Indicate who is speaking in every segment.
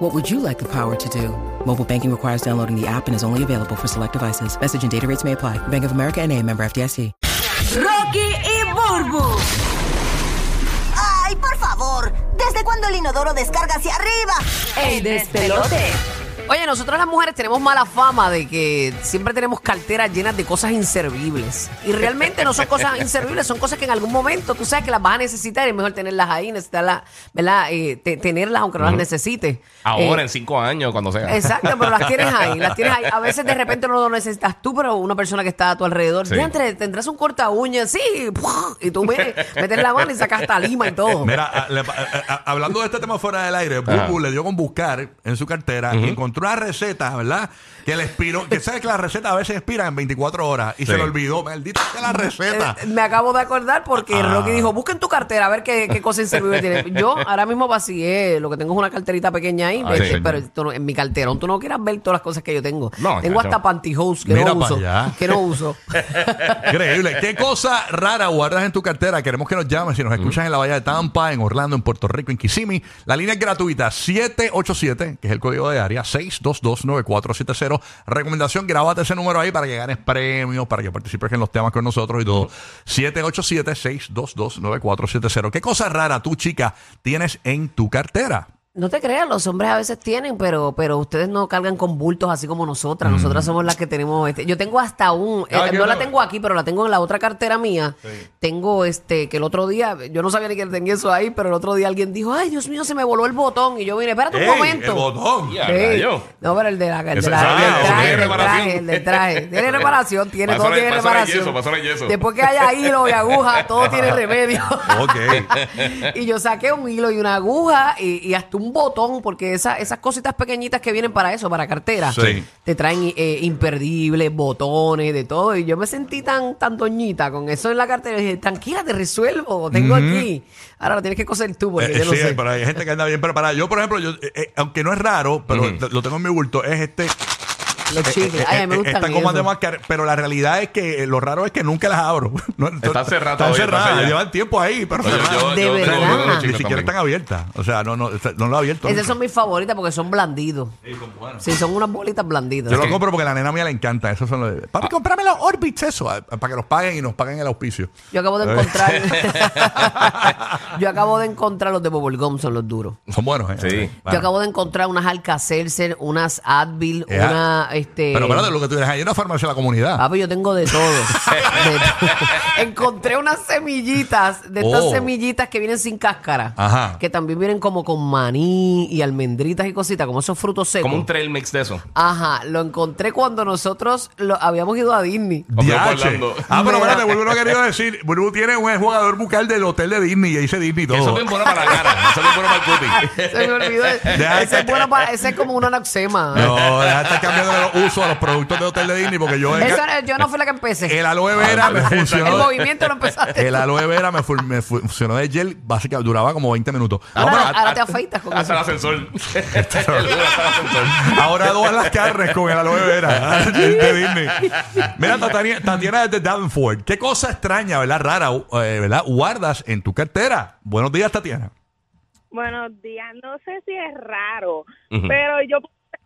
Speaker 1: What would you like the power to do? Mobile banking requires downloading the app and is only available for select devices. Message and data rates may apply. Bank of America and a member FDIC.
Speaker 2: Rocky y Burbu.
Speaker 3: ¡Ay, por favor! ¿Desde cuándo el inodoro descarga hacia arriba?
Speaker 2: El despelote.
Speaker 4: Oye, nosotras las mujeres tenemos mala fama de que siempre tenemos carteras llenas de cosas inservibles. Y realmente no son cosas inservibles, son cosas que en algún momento tú sabes que las vas a necesitar y es mejor tenerlas ahí, necesitarlas, ¿verdad? Eh, te- tenerlas aunque no las necesites.
Speaker 5: Ahora,
Speaker 4: Eh,
Speaker 5: en cinco años, cuando sea.
Speaker 4: Exacto, pero las tienes ahí, las tienes ahí. A veces de repente no lo necesitas tú, pero una persona que está a tu alrededor,
Speaker 5: Sí.
Speaker 4: "Diantre, tendrás un corta uña, sí, y tú ves, metes la mano y sacas hasta lima y todo.
Speaker 6: Mira, a- le pa- a- a- hablando de este tema fuera del aire, Bubu le dio con buscar en su cartera y encontró una receta, ¿verdad? Que le expiró, que sabe que la receta a veces expira en 24 horas y
Speaker 5: Sí.
Speaker 6: se le olvidó, maldita sea la receta.
Speaker 4: Eh, me acabo de acordar porque
Speaker 6: Ah.
Speaker 4: Rocky dijo, busca en tu cartera a ver qué, qué cosa inservible tiene. Yo ahora mismo vacié, lo que tengo es una carterita pequeña ahí,
Speaker 6: Ah,
Speaker 5: Ay,
Speaker 4: este,
Speaker 5: señor.
Speaker 4: pero tú no- en mi carterón tú no quieras ver todas las cosas que yo tengo.
Speaker 5: No,
Speaker 4: tengo
Speaker 5: chacho.
Speaker 4: hasta pantyhose que
Speaker 6: Mira
Speaker 4: no
Speaker 6: pa'
Speaker 4: uso.
Speaker 6: allá.
Speaker 4: Que no uso.
Speaker 6: Increíble. ¿Qué cosa rara guardas en tu cartera? Queremos que nos llames si nos escuchas en la Bahía de Tampa, en Orlando, en Puerto Rico, en Kissimmee. La línea es gratuita 787, que es el código de área 6229470. Recomendación, grábate ese número ahí para que ganes premios, para que participes en los temas con nosotros y todo. 787-622-9470. ¿Qué cosa rara tú, chica, tienes en tu cartera?
Speaker 4: No te creas, los hombres a veces tienen, pero, pero ustedes no cargan con bultos así como nosotras.
Speaker 5: Mm.
Speaker 4: Nosotras somos las que tenemos este. Yo tengo hasta un, eh,
Speaker 6: Ah, yo
Speaker 4: no la
Speaker 6: no.
Speaker 4: tengo aquí, pero la tengo en la otra cartera mía. Tengo este, que el otro día, yo no sabía ni que tenía eso ahí, pero el otro día alguien dijo, ay Dios mío, se me voló el botón. Y yo vine, espérate un
Speaker 6: ¡Ey,
Speaker 4: momento.
Speaker 6: el botón!
Speaker 5: Ya,
Speaker 4: Sí.
Speaker 5: rayo.
Speaker 4: No, pero el de la, el de
Speaker 5: Ese-
Speaker 4: la-
Speaker 5: ah,
Speaker 4: del
Speaker 5: eso
Speaker 4: traje,
Speaker 5: tiene
Speaker 4: del
Speaker 5: reparación.
Speaker 4: traje, el del traje. Tiene reparación, tiene, todo
Speaker 5: Pásale-
Speaker 4: tiene
Speaker 5: pásale
Speaker 4: reparación.
Speaker 5: yeso, pásale yeso.
Speaker 4: Después que haya hilo y aguja, todo tiene remedio.
Speaker 6: Ok.
Speaker 4: y yo saqué un hilo y una aguja y, y hasta un botón, porque esa- esas cositas pequeñitas que vienen para eso, para cartera,
Speaker 6: Sí.
Speaker 4: te traen eh, imperdibles, botones, de todo. Y yo me sentí tan, tan doñita con eso en la cartera. Y dije, tranquila, te resuelvo, lo tengo aquí. Ahora lo tienes que coser tú, porque
Speaker 6: Eh,
Speaker 4: Pues yo no
Speaker 6: sí,
Speaker 4: sé.
Speaker 6: pero hay gente que anda bien preparada. Yo, por ejemplo, yo, eh, eh, aunque no es raro, pero
Speaker 5: Ujú.
Speaker 6: lo tengo en mi bulto, es este.
Speaker 4: Los chicles. Ay, a mí me
Speaker 6: eh,
Speaker 4: gustan
Speaker 6: esta goma
Speaker 4: eso.
Speaker 6: de mascar- pero la realidad es que eh, lo raro es que nunca las abro. No,
Speaker 5: Está cerrada
Speaker 6: Están
Speaker 5: todavía, está
Speaker 6: cerradas,
Speaker 5: sellada.
Speaker 6: llevan tiempo ahí, pero
Speaker 5: Oye, yo-
Speaker 6: cerradas.
Speaker 5: yo-
Speaker 4: De
Speaker 5: yo tengo
Speaker 4: verdad.
Speaker 5: uno de los
Speaker 6: Ni
Speaker 5: chicos
Speaker 6: siquiera están
Speaker 5: también.
Speaker 6: abiertas. O sea, no, no, está- no lo he abierto.
Speaker 4: Esas
Speaker 6: nunca.
Speaker 4: son mis favoritas porque son blandidos. Sí, son unas bolitas blandidas.
Speaker 6: Yo lo compro porque a la nena mía le encanta. Esos son los de-
Speaker 5: Ah.
Speaker 6: Papi, comprame los Orbits, eso, ah, para que los paguen y nos paguen el auspicio.
Speaker 4: Yo acabo de encontrar. yo acabo de encontrar los de Bubblegum, son los duros.
Speaker 6: Son buenos, ¿eh?
Speaker 5: Sí.
Speaker 6: Bueno.
Speaker 4: Yo acabo de encontrar unas Alka-Seltzer, unas Advil,
Speaker 6: Ya.
Speaker 4: una. Este,
Speaker 6: Pero espérate, lo que tú dices, hay una farmacia de la comunidad.
Speaker 4: Papi, yo tengo de todo. De todo. Encontré unas semillitas, de estas
Speaker 6: Oh.
Speaker 4: semillitas que vienen sin cáscara.
Speaker 6: Ajá.
Speaker 4: Que también vienen como con maní y almendritas y cositas, como esos frutos secos.
Speaker 5: Como un trail mix de eso.
Speaker 4: Ajá, lo encontré cuando nosotros lo, habíamos ido a Disney.
Speaker 5: Ok,
Speaker 6: Diache.
Speaker 5: Orlando.
Speaker 6: Ah, pero espérate, Burbu no ha querido decir. Burbu tiene un jugador bucal del hotel de Disney y ahí dice Disney y todo.
Speaker 5: Eso es bien bueno para la cara. Eso es bien bueno para el cuti.
Speaker 4: Se me olvidó.
Speaker 6: Deja
Speaker 4: Ese
Speaker 6: que-
Speaker 4: es, bueno para- ese es como un anoxema.
Speaker 6: No, deja de estar cambiando los usos a los productos de hotel de Disney porque yo.
Speaker 4: Eso no- yo no fui la que empecé.
Speaker 6: el aloe
Speaker 5: Ah,
Speaker 6: vera me
Speaker 4: el
Speaker 6: funcionó.
Speaker 4: movimiento lo empezaste.
Speaker 6: El aloe vera me, fu- me fu- funcionó de gel, básicamente duraba como 20 minutos.
Speaker 4: ahora,
Speaker 6: Ahora,
Speaker 4: ahora te afeitas con
Speaker 5: Hasta
Speaker 4: eso.
Speaker 5: el ascensor. Ah, El duro hasta el ascensor.
Speaker 6: ahora adoban las carnes con el aloe vera de Disney. Mira, Tatiana, Tatiana desde Davenport. ¿Qué cosa extraña, verdad, rara, eh, verdad, guardas en tu cartera? Buenos días, Tatiana.
Speaker 7: Buenos días. No sé si es raro,
Speaker 5: Ujú.
Speaker 7: pero yo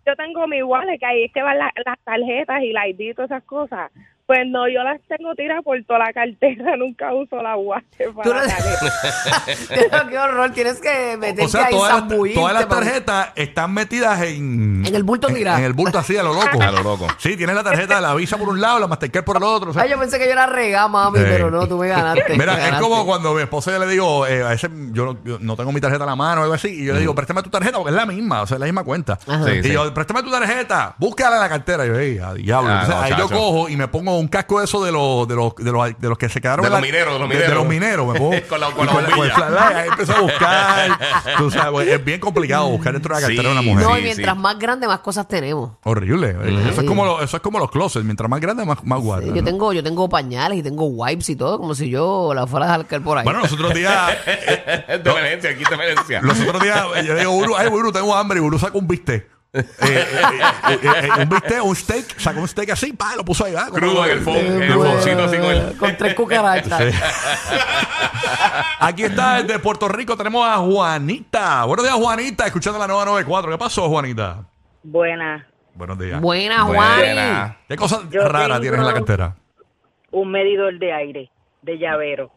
Speaker 7: yo tengo mi wallet que ahí es que van la- las tarjetas y la ID y todas esas cosas. Pues no, yo las tengo tiradas por toda la cartera. Nunca uso la wallet para
Speaker 4: Tú no-
Speaker 7: la tarjeta.
Speaker 4: Pero qué horror, tienes que meterte
Speaker 6: O sea,
Speaker 4: ahí
Speaker 6: todas las,
Speaker 4: zambullirte,
Speaker 6: todas las
Speaker 4: papi.
Speaker 6: tarjetas están metidas en...
Speaker 4: En el bulto
Speaker 6: en,
Speaker 4: tirado.
Speaker 6: en el bulto así, a lo loco.
Speaker 5: A lo loco.
Speaker 6: Sí, tienes la tarjeta de la Visa por un lado, la Mastercard por el otro. o sea,
Speaker 4: Ay, yo pensé que yo era regá, mami,
Speaker 6: Sí.
Speaker 4: pero no, tú me ganaste. me
Speaker 6: Mira, es
Speaker 4: ganaste.
Speaker 6: como cuando a mi esposa yo le digo, eh, a veces yo no, yo no tengo mi tarjeta a la mano o algo así, y yo le digo, préstame tu tarjeta, porque es la misma, o sea, es la misma cuenta.
Speaker 4: Ajá.
Speaker 5: Sí,
Speaker 6: y
Speaker 5: sí.
Speaker 6: yo, préstame tu tarjeta, búscala en la cartera. Y yo, "Ey, a diablo.
Speaker 5: Ah,
Speaker 6: Entonces,
Speaker 5: no,
Speaker 6: ahí yo
Speaker 5: chacho.
Speaker 6: cojo y me pongo como un casco de eso de los, de los, de los, de los que se quedaron.
Speaker 5: De
Speaker 6: en
Speaker 5: los mineros, de los mineros.
Speaker 6: De, los mineros, me pongo-
Speaker 5: Con la- con la
Speaker 6: y el
Speaker 5: bombilla.
Speaker 6: flashlight, ahí empezó a buscar. Tú sabes, pues, es bien
Speaker 4: Mm.
Speaker 6: complicado buscar dentro de la cartera de
Speaker 5: Sí,
Speaker 6: una mujer.
Speaker 4: No,
Speaker 5: sí,
Speaker 4: y mientras
Speaker 5: sí.
Speaker 4: más grande, más cosas tenemos.
Speaker 6: Horrible. eh, eso,
Speaker 4: Sí.
Speaker 6: es como los, eso es como los closets. Mientras más grande, más, más guarda.
Speaker 4: Eh, Yo
Speaker 6: ¿no?
Speaker 4: tengo, yo tengo pañales y tengo wipes y todo, como si yo la fuera a dejar caer por ahí.
Speaker 6: Bueno, los otros días,
Speaker 5: de emergencia, aquí de emergencia.
Speaker 6: los otros días, eh, yo digo, Buru, ay, Buru, tengo hambre. Y Buru saca un bistec. Eh, eh, eh, eh, un bistec, un steak, sacó un steak así, pa, lo puso ahí, va, como-
Speaker 5: Crudo en el fondo, en
Speaker 4: Eh,
Speaker 5: el
Speaker 4: pues,
Speaker 5: foncito así con el.
Speaker 4: con tres cucarachas.
Speaker 6: Aquí está desde Puerto Rico, tenemos a Juanita. Buenos días, Juanita, escuchando la nueva 94. ¿Qué pasó, Juanita?
Speaker 7: Buena.
Speaker 6: Buenos días.
Speaker 4: Buena, Juan.
Speaker 5: Buena.
Speaker 6: ¿Qué cosas
Speaker 7: Yo
Speaker 6: raras
Speaker 7: tengo-
Speaker 6: tienes en la cartera?
Speaker 7: Un medidor de aire, de llavero,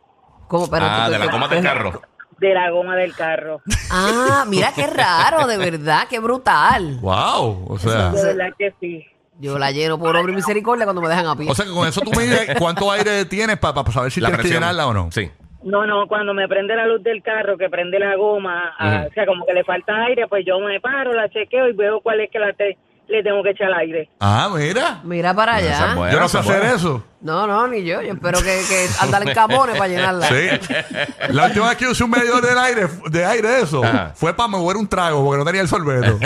Speaker 4: ¿Cómo? Pero
Speaker 5: Ah,
Speaker 4: tú-
Speaker 5: de la
Speaker 4: tú-
Speaker 5: goma del carro.
Speaker 7: de la goma del carro.
Speaker 4: Ah, mira qué raro, de verdad, qué brutal.
Speaker 6: Wow, o sea,
Speaker 7: De verdad que sí.
Speaker 4: Yo la lleno por obra y misericordia cuando me dejan a pie.
Speaker 6: o sea que con eso tú mides cuánto aire tienes para saber si tienes que llenarla o no.
Speaker 5: Sí.
Speaker 7: No, no, cuando me prende la luz del carro, que prende la goma, ah, o sea, como que le falta aire, pues yo me paro, la chequeo y veo cuál es que la te- le tengo que echar aire.
Speaker 6: Ah, mira.
Speaker 4: mira para allá.
Speaker 5: buena.
Speaker 6: Yo no sé
Speaker 5: Bueno, pues,
Speaker 6: hacer
Speaker 5: bueno.
Speaker 6: eso.
Speaker 4: No, no, ni yo. Yo espero que, que andar en camones para llenarla.
Speaker 6: Sí. La última vez que usé un medidor del aire, de aire de eso,
Speaker 5: Ajá.
Speaker 6: fue para mover un trago porque no tenía el sorbeto.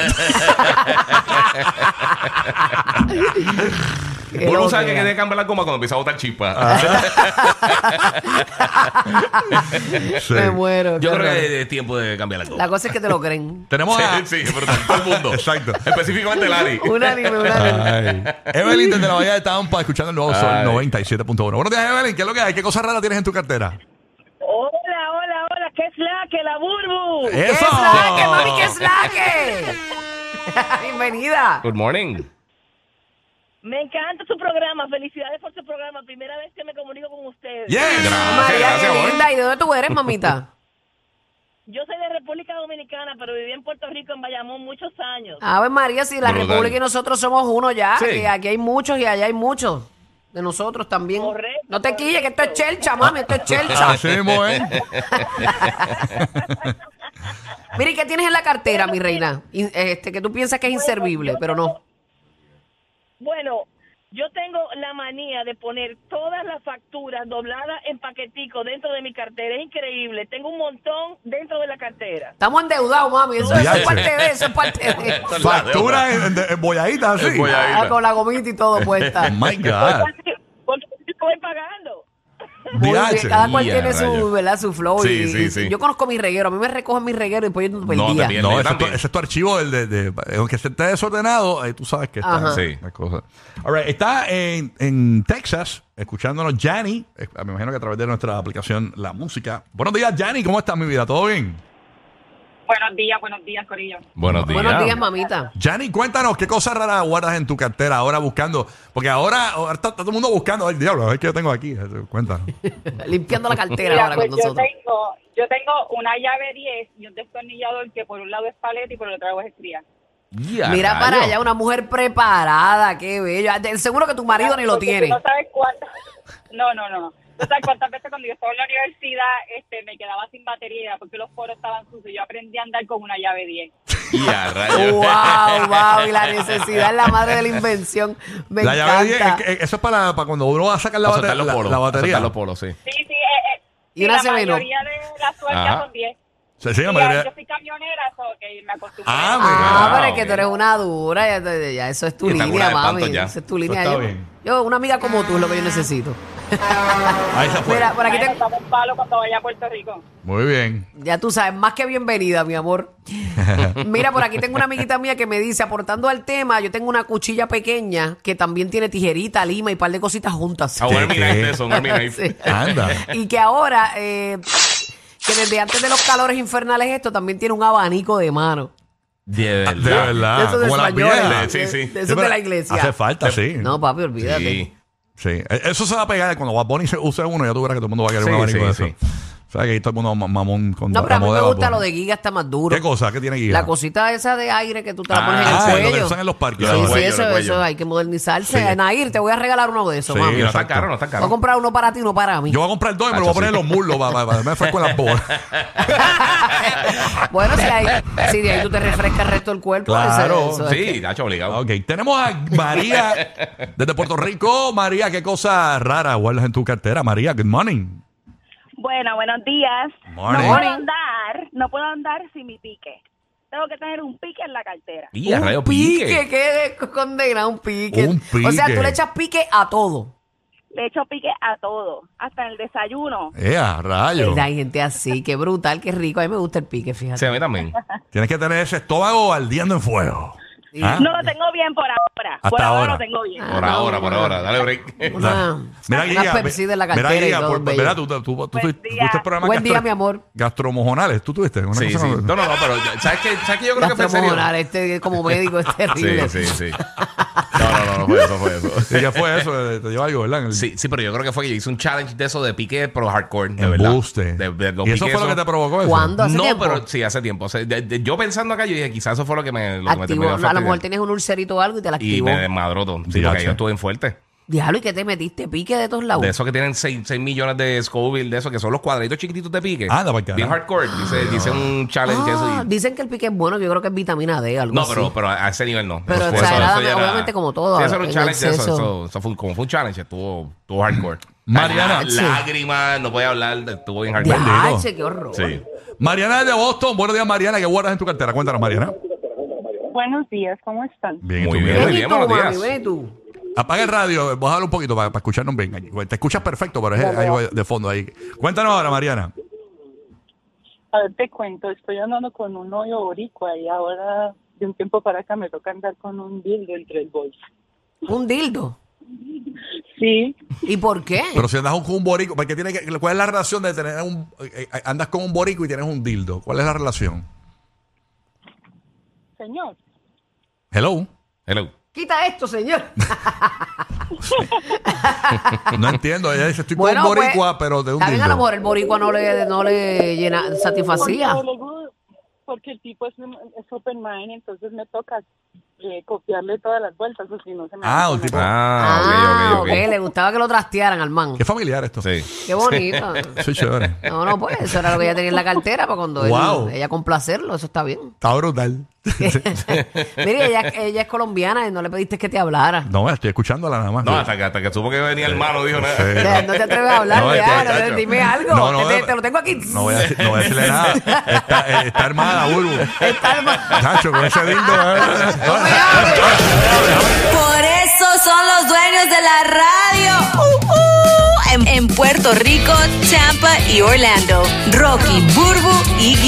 Speaker 4: Qué
Speaker 5: Uno
Speaker 4: loco,
Speaker 5: sabe que
Speaker 4: mira.
Speaker 5: tiene que cambiar la goma cuando empieza a botar
Speaker 6: Ah.
Speaker 5: chispa.
Speaker 6: Sí.
Speaker 4: Me muero.
Speaker 5: Yo
Speaker 4: qué
Speaker 5: creo
Speaker 4: horror.
Speaker 5: que es tiempo de cambiar la goma.
Speaker 4: La cosa es que te lo creen.
Speaker 6: Tenemos a
Speaker 5: Sí, sí, pero todo el mundo.
Speaker 6: Exacto.
Speaker 5: Específicamente Lari.
Speaker 4: Unánime, unánime.
Speaker 6: Ay. Evelyn desde la Bahía de Tampa escuchando el nuevo
Speaker 5: Ay.
Speaker 6: Sol 97.1. Buenos días, Evelyn. ¿Qué es lo que hay? ¿Qué cosas raras tienes en tu cartera?
Speaker 7: Hola, hola, hola, ¿qué es la que la burbu?
Speaker 4: ¡Qué slaque, mami, qué slaque! Bienvenida.
Speaker 5: Good morning.
Speaker 7: Me encanta su programa, felicidades por su programa, primera vez que me comunico con ustedes.
Speaker 6: Yeah.
Speaker 4: María,
Speaker 5: gracias,
Speaker 4: qué
Speaker 5: amor.
Speaker 4: linda. ¿Y de dónde tú eres, mamita?
Speaker 7: Yo soy de República Dominicana, pero viví en Puerto Rico, en Bayamón, muchos años.
Speaker 8: Ah.
Speaker 4: A ver, Ah, pues, María, si la
Speaker 5: Brutal.
Speaker 4: República y nosotros somos uno ya,
Speaker 5: Sí.
Speaker 4: que aquí hay muchos y allá hay muchos. De nosotros también.
Speaker 7: Correcto,
Speaker 4: no te quilles, que esto es chelcha, mami, esto
Speaker 6: Ah,
Speaker 4: es chelcha.
Speaker 6: Así mismo, ¿eh?
Speaker 4: Mira, ¿y qué tienes en la cartera, mi reina? In- Este, que tú piensas que es inservible, pero no.
Speaker 7: Bueno, yo tengo la manía de poner todas las facturas dobladas en paquetico dentro de mi cartera. Es increíble. Tengo un montón dentro de la cartera.
Speaker 4: Estamos endeudados, mami. Eso, eso es
Speaker 6: Diache.
Speaker 4: parte de eso, es parte de
Speaker 5: Esto es la deuda.
Speaker 6: Factura en, en- en bolladitas así.
Speaker 5: En bolladitas.
Speaker 4: Ah, con la gomita y todo puesta.
Speaker 6: Oh, my God.
Speaker 7: Porque porque estoy pagando.
Speaker 4: Muy bien, Ah,
Speaker 6: Diache.
Speaker 4: cada cual
Speaker 5: Ya,
Speaker 4: tiene su,
Speaker 5: rayos.
Speaker 4: ¿verdad? su flow.
Speaker 5: Sí,
Speaker 4: y,
Speaker 5: sí, sí.
Speaker 4: y Yo conozco mi reguero. A mí me recogen mi reguero y después yo no el
Speaker 5: No, te
Speaker 4: día.
Speaker 5: pierdes.
Speaker 6: No,
Speaker 5: Yo
Speaker 6: ese es, tu,
Speaker 5: también.
Speaker 6: ese es tu archivo, el de, de- aunque se esté desordenado, eh, tú sabes que está.
Speaker 4: Ajá.
Speaker 5: Sí.
Speaker 6: la cosa. All right, está en, en Texas, escuchándonos Jani, eh, me imagino que a través de nuestra aplicación La Música. Buenos días, Jani, ¿cómo estás, mi vida? ¿Todo bien?
Speaker 8: Buenos días, buenos días, Corillo.
Speaker 5: Buenos días.
Speaker 4: Buenos días, mamita.
Speaker 6: Jani, cuéntanos qué cosas raras guardas en tu cartera ahora buscando. Porque ahora, ahora está, está todo el mundo buscando. Ay, diablo, a ver qué yo tengo aquí. eh, Cuéntanos.
Speaker 4: Limpiando la cartera
Speaker 8: Mira,
Speaker 4: ahora
Speaker 8: pues
Speaker 4: con
Speaker 8: yo
Speaker 4: nosotros.
Speaker 8: tengo, yo tengo una llave 10 y un destornillador que por un lado es paleta y por el otro lado es estría.
Speaker 5: Ya,
Speaker 4: Mira
Speaker 5: rayo.
Speaker 4: para allá, una mujer preparada, qué bella. De- Seguro que tu marido ni lo
Speaker 8: Porque tú
Speaker 4: tiene.
Speaker 8: No sabes cuántas. No, no, no. No sabes cuántas veces cuando yo estaba en la universidad este, me quedaba sin batería porque los poros estaban sucios. Yo aprendí a andar con una llave 10.
Speaker 5: Ya, rayo.
Speaker 4: Wow, wow, y la necesidad es la madre de la invención. Me
Speaker 6: la
Speaker 4: encanta.
Speaker 6: llave 10, es que- eso es para, para cuando uno va a sacar la,
Speaker 5: A
Speaker 6: bate-
Speaker 5: soltar los
Speaker 6: la-
Speaker 5: polos.
Speaker 6: la
Speaker 5: a
Speaker 6: batería.
Speaker 5: soltar los polos, sí.
Speaker 8: Sí, sí. eh, eh,
Speaker 4: Y
Speaker 8: sí,
Speaker 4: una se
Speaker 8: la
Speaker 4: vino.
Speaker 8: mayoría de las sueltas
Speaker 5: Ajá.
Speaker 8: son 10.
Speaker 6: Sí, sí, la
Speaker 8: Y,
Speaker 6: mayoría-
Speaker 8: eh, yo soy camionera, so que me acostumbré.
Speaker 6: Ah,
Speaker 4: Ah,
Speaker 5: Wow,
Speaker 4: pero es que tú
Speaker 5: bien.
Speaker 4: eres una dura, ya, ya, ya, eso es tu
Speaker 5: Está
Speaker 4: línea,
Speaker 5: curada de
Speaker 4: mami.
Speaker 5: espanto ya.
Speaker 4: Esa es tu
Speaker 6: Eso
Speaker 4: línea.
Speaker 6: está
Speaker 4: Yo,
Speaker 6: bien.
Speaker 4: yo, una amiga como tú es lo que yo necesito.
Speaker 6: Ahí se fue.
Speaker 4: Mira, por aquí te,
Speaker 8: un palo cuando vaya a Puerto Rico.
Speaker 6: Muy bien.
Speaker 4: Ya tú sabes, más que bienvenida, mi amor. Mira, por aquí tengo una amiguita mía que me dice, aportando al tema, yo tengo una cuchilla pequeña que también tiene tijerita, lima y par de cositas juntas.
Speaker 5: Ah, un Hermina
Speaker 6: ¿Qué?
Speaker 5: es eso, un Hermina es-
Speaker 4: Sí.
Speaker 6: Anda.
Speaker 4: Y que ahora, eh, que desde antes de los calores infernales esto, también tiene un abanico de mano.
Speaker 5: De verdad.
Speaker 6: De verdad.
Speaker 4: eso de
Speaker 6: Ah, como las
Speaker 4: españoles,
Speaker 6: viejas.
Speaker 5: Sí, sí.
Speaker 4: de- de eso de la iglesia.
Speaker 6: Hace falta, sí.
Speaker 4: No, papi, olvídate.
Speaker 5: Sí.
Speaker 6: Sí. Eh, Eso se va a pegar cuando Bad Bunny se use uno, ya tú verás que todo el mundo va a querer un
Speaker 5: Sí,
Speaker 6: abanico
Speaker 5: sí,
Speaker 6: de eso.
Speaker 5: sí.
Speaker 6: ¿Sabes que ahí todo el mundo ma- mamón con
Speaker 4: No, pero a mí
Speaker 6: ramo
Speaker 4: me
Speaker 6: Bad
Speaker 4: gusta
Speaker 6: Bunny.
Speaker 4: lo de Giga, está más duro.
Speaker 6: ¿Qué cosa? ¿Qué tiene Giga?
Speaker 4: La cosita esa de aire que tú te la pones
Speaker 5: Ah,
Speaker 4: en
Speaker 6: sí, lo
Speaker 4: el
Speaker 6: que
Speaker 4: cuello.
Speaker 6: usan en los parques.
Speaker 4: Sí,
Speaker 5: Lo del
Speaker 4: sí,
Speaker 5: cuello,
Speaker 4: eso,
Speaker 5: lo del cuello.
Speaker 4: eso hay que modernizarse.
Speaker 6: Sí.
Speaker 4: Nair, te voy a regalar uno de esos,
Speaker 6: Sí,
Speaker 4: mami.
Speaker 5: Y no está
Speaker 6: Exacto.
Speaker 5: caro, no está
Speaker 4: Voy a
Speaker 5: caro.
Speaker 4: comprar uno para ti, uno para mí.
Speaker 6: Yo voy a comprar dos, me lo voy a poner en los muslos para, para, para- me fresco en las bolas.
Speaker 4: bueno, si, hay, si de ahí tú te refrescas el resto del cuerpo. pues,
Speaker 6: Claro,
Speaker 4: eso- eso es
Speaker 5: Sí, Nacho, obligado.
Speaker 6: ok, tenemos a María desde Puerto Rico. María, qué cosa rara guardas en tu cartera. María, good morning.
Speaker 8: Bueno, buenos días.
Speaker 6: Morning.
Speaker 8: No puedo andar, no puedo andar sin mi pique. Tengo que tener un pique en la cartera.
Speaker 5: Y a
Speaker 4: un
Speaker 5: rayo
Speaker 4: pique,
Speaker 5: pique.
Speaker 4: qué condena, un pique.
Speaker 6: Un
Speaker 4: O sea, tú
Speaker 6: pique.
Speaker 4: le echas pique a todo.
Speaker 8: Le echo pique a todo, hasta en el desayuno.
Speaker 6: Eh, a rayo.
Speaker 4: Hay gente así, qué brutal, qué rico. A mí me gusta el pique, fíjate.
Speaker 5: Se ve también.
Speaker 6: Tienes que tener ese estómago ardiendo en fuego.
Speaker 4: Sí.
Speaker 6: ¿Ah?
Speaker 8: No lo tengo bien por ahora. por
Speaker 6: Hasta
Speaker 8: ahora,
Speaker 6: ahora.
Speaker 8: lo tengo bien.
Speaker 4: Ah,
Speaker 5: Por
Speaker 4: no,
Speaker 5: ahora,
Speaker 4: no,
Speaker 5: por
Speaker 4: no.
Speaker 5: ahora. Dale break.
Speaker 4: Una, unas
Speaker 6: Mira, Giga,
Speaker 4: Pepsi de la
Speaker 6: mira,
Speaker 4: cartera y
Speaker 6: Giga,
Speaker 4: todo.
Speaker 6: por-
Speaker 4: bello.
Speaker 6: mira, tú, tú, tú, tú-
Speaker 8: Buen
Speaker 6: tú-
Speaker 8: día.
Speaker 6: tuviste programas
Speaker 4: Buen día,
Speaker 6: gastro-
Speaker 4: mi amor.
Speaker 6: Gastromojonales, tú tuviste. Una
Speaker 5: Sí, sí.
Speaker 6: cosa
Speaker 5: No,
Speaker 6: no-
Speaker 5: no, no, pero ¿sabes qué? ¿Sabes qué yo creo que fue en serio?
Speaker 4: Gastromojonar, este como médico es terrible.
Speaker 5: Ah, Sí, sí, sí. No, no, no, no fue eso, fue eso.
Speaker 6: Sí, ya fue eso, eh, te lleva algo, ¿verdad?
Speaker 5: Sí, sí, pero yo creo que fue que yo hice un challenge de eso de pique, pero hardcore, de verdad.
Speaker 6: Embuste.
Speaker 5: De, de los
Speaker 6: y eso
Speaker 5: piques
Speaker 6: fue lo que te
Speaker 5: esos.
Speaker 6: provocó eso.
Speaker 4: ¿Cuándo? ¿Hace
Speaker 5: no,
Speaker 4: tiempo?
Speaker 5: pero sí, hace tiempo. O sea, de- de- yo pensando acá, yo dije, quizás eso fue lo que me lo que me
Speaker 4: Activo.
Speaker 5: terminó de
Speaker 4: A lo mejor
Speaker 5: fastidiar.
Speaker 4: tienes un ulcerito o algo y te la
Speaker 5: Y
Speaker 4: activó.
Speaker 5: me desmadró todo. Sí,
Speaker 6: Diache.
Speaker 5: porque yo estuve en fuerte.
Speaker 4: Diablo, ¿y qué te metiste? Pique de todos lados.
Speaker 5: De esos que tienen 6 millones de Scoville, de esos que son los cuadraditos chiquititos de pique.
Speaker 6: Anda, pa'l carajo.
Speaker 5: Bien hardcore. Dice, dice un challenge
Speaker 4: Ah,
Speaker 5: eso. y-
Speaker 4: dicen que el pique es bueno, yo creo que es vitamina D, algo
Speaker 5: no,
Speaker 4: así.
Speaker 5: pero, pero a ese nivel no.
Speaker 4: Pero
Speaker 5: Eso- eso-
Speaker 4: exagerada,
Speaker 5: eso ya
Speaker 4: obviamente, como todo,
Speaker 5: Sí, eso era un
Speaker 4: en
Speaker 5: challenge. de Eso,
Speaker 4: exceso.
Speaker 5: eso, eso fue, un- como fue un challenge, estuvo, estuvo hardcore.
Speaker 6: Mariana.
Speaker 5: Ah, Lágrimas, no podía hablar, estuvo bien hardcore.
Speaker 4: Diache,
Speaker 6: Bendito.
Speaker 4: qué horror.
Speaker 5: Sí.
Speaker 6: Mariana de Boston. Buenos días, Mariana. ¿Qué guardas en tu cartera? Cuéntanos, Mariana.
Speaker 8: Buenos días, ¿cómo están?
Speaker 6: Bien,
Speaker 5: Muy
Speaker 6: ¿y tú?
Speaker 5: bien.
Speaker 4: Ven
Speaker 5: Muy
Speaker 4: y
Speaker 5: bien,
Speaker 4: tú,
Speaker 5: buenos
Speaker 4: mami,
Speaker 5: días.
Speaker 4: ve tú.
Speaker 6: Apaga el radio, bájalo un poquito para, para escucharnos bien. Te escuchas perfecto, pero es algo de fondo ahí. Cuéntanos ahora, Mariana.
Speaker 8: A ver, te cuento, estoy andando con un hoyo boricua y ahora de un tiempo para acá me toca andar con un dildo entre el bolso.
Speaker 4: Un dildo.
Speaker 8: Sí,
Speaker 4: ¿Y por qué?
Speaker 6: Pero si andas con un borico, porque tiene que, ¿cuál es la relación de tener un. eh, eh, andas con un borico y tienes un dildo? ¿Cuál es la relación?
Speaker 8: señor.
Speaker 6: Hello.
Speaker 5: Hello.
Speaker 4: Quita esto, señor.
Speaker 6: No entiendo. Ella dice: Estoy con un
Speaker 4: pues,
Speaker 6: boricua, pero de un
Speaker 4: está bien,
Speaker 6: dildo.
Speaker 4: a lo mejor el boricua no le, no le llena, satisfacía.
Speaker 8: Porque, le gu- porque el tipo es, un- es open mind, entonces me toca eh, copiarle todas las vueltas, o si no se me
Speaker 6: Ah,
Speaker 8: hace
Speaker 6: un tipo-
Speaker 8: nada.
Speaker 5: Ah, ok, ok, ok.
Speaker 4: Le gustaba que lo trastearan al man.
Speaker 6: Qué familiar esto.
Speaker 5: Sí.
Speaker 4: Qué bonito.
Speaker 6: Sí, chévere.
Speaker 4: No, no, pues eso era lo que ella tenía en la cartera para cuando él-
Speaker 6: Wow.
Speaker 4: ella complacerlo, eso está bien.
Speaker 6: Está brutal.
Speaker 4: Mire, ella, ella es colombiana y no le pediste que te hablara.
Speaker 6: No, estoy escuchándola nada más.
Speaker 5: No, hasta que, hasta que supo que venía el malo, dijo nada.
Speaker 4: O sea, No te atreves a hablar,
Speaker 6: No,
Speaker 4: ya,
Speaker 6: es que-
Speaker 4: no te- dime algo.
Speaker 6: No, no,
Speaker 4: que te,
Speaker 6: no,
Speaker 4: te lo tengo aquí.
Speaker 6: No voy a, decir- no voy a decirle nada. Está, eh, está armada, Burbu.
Speaker 4: Está armada.
Speaker 6: Nacho, con ese dildo. eh.
Speaker 4: No me hables.
Speaker 2: Por eso son los dueños de la radio. Uh, uh. En, en Puerto Rico, Tampa y Orlando. Rocky, Burbu y Giga.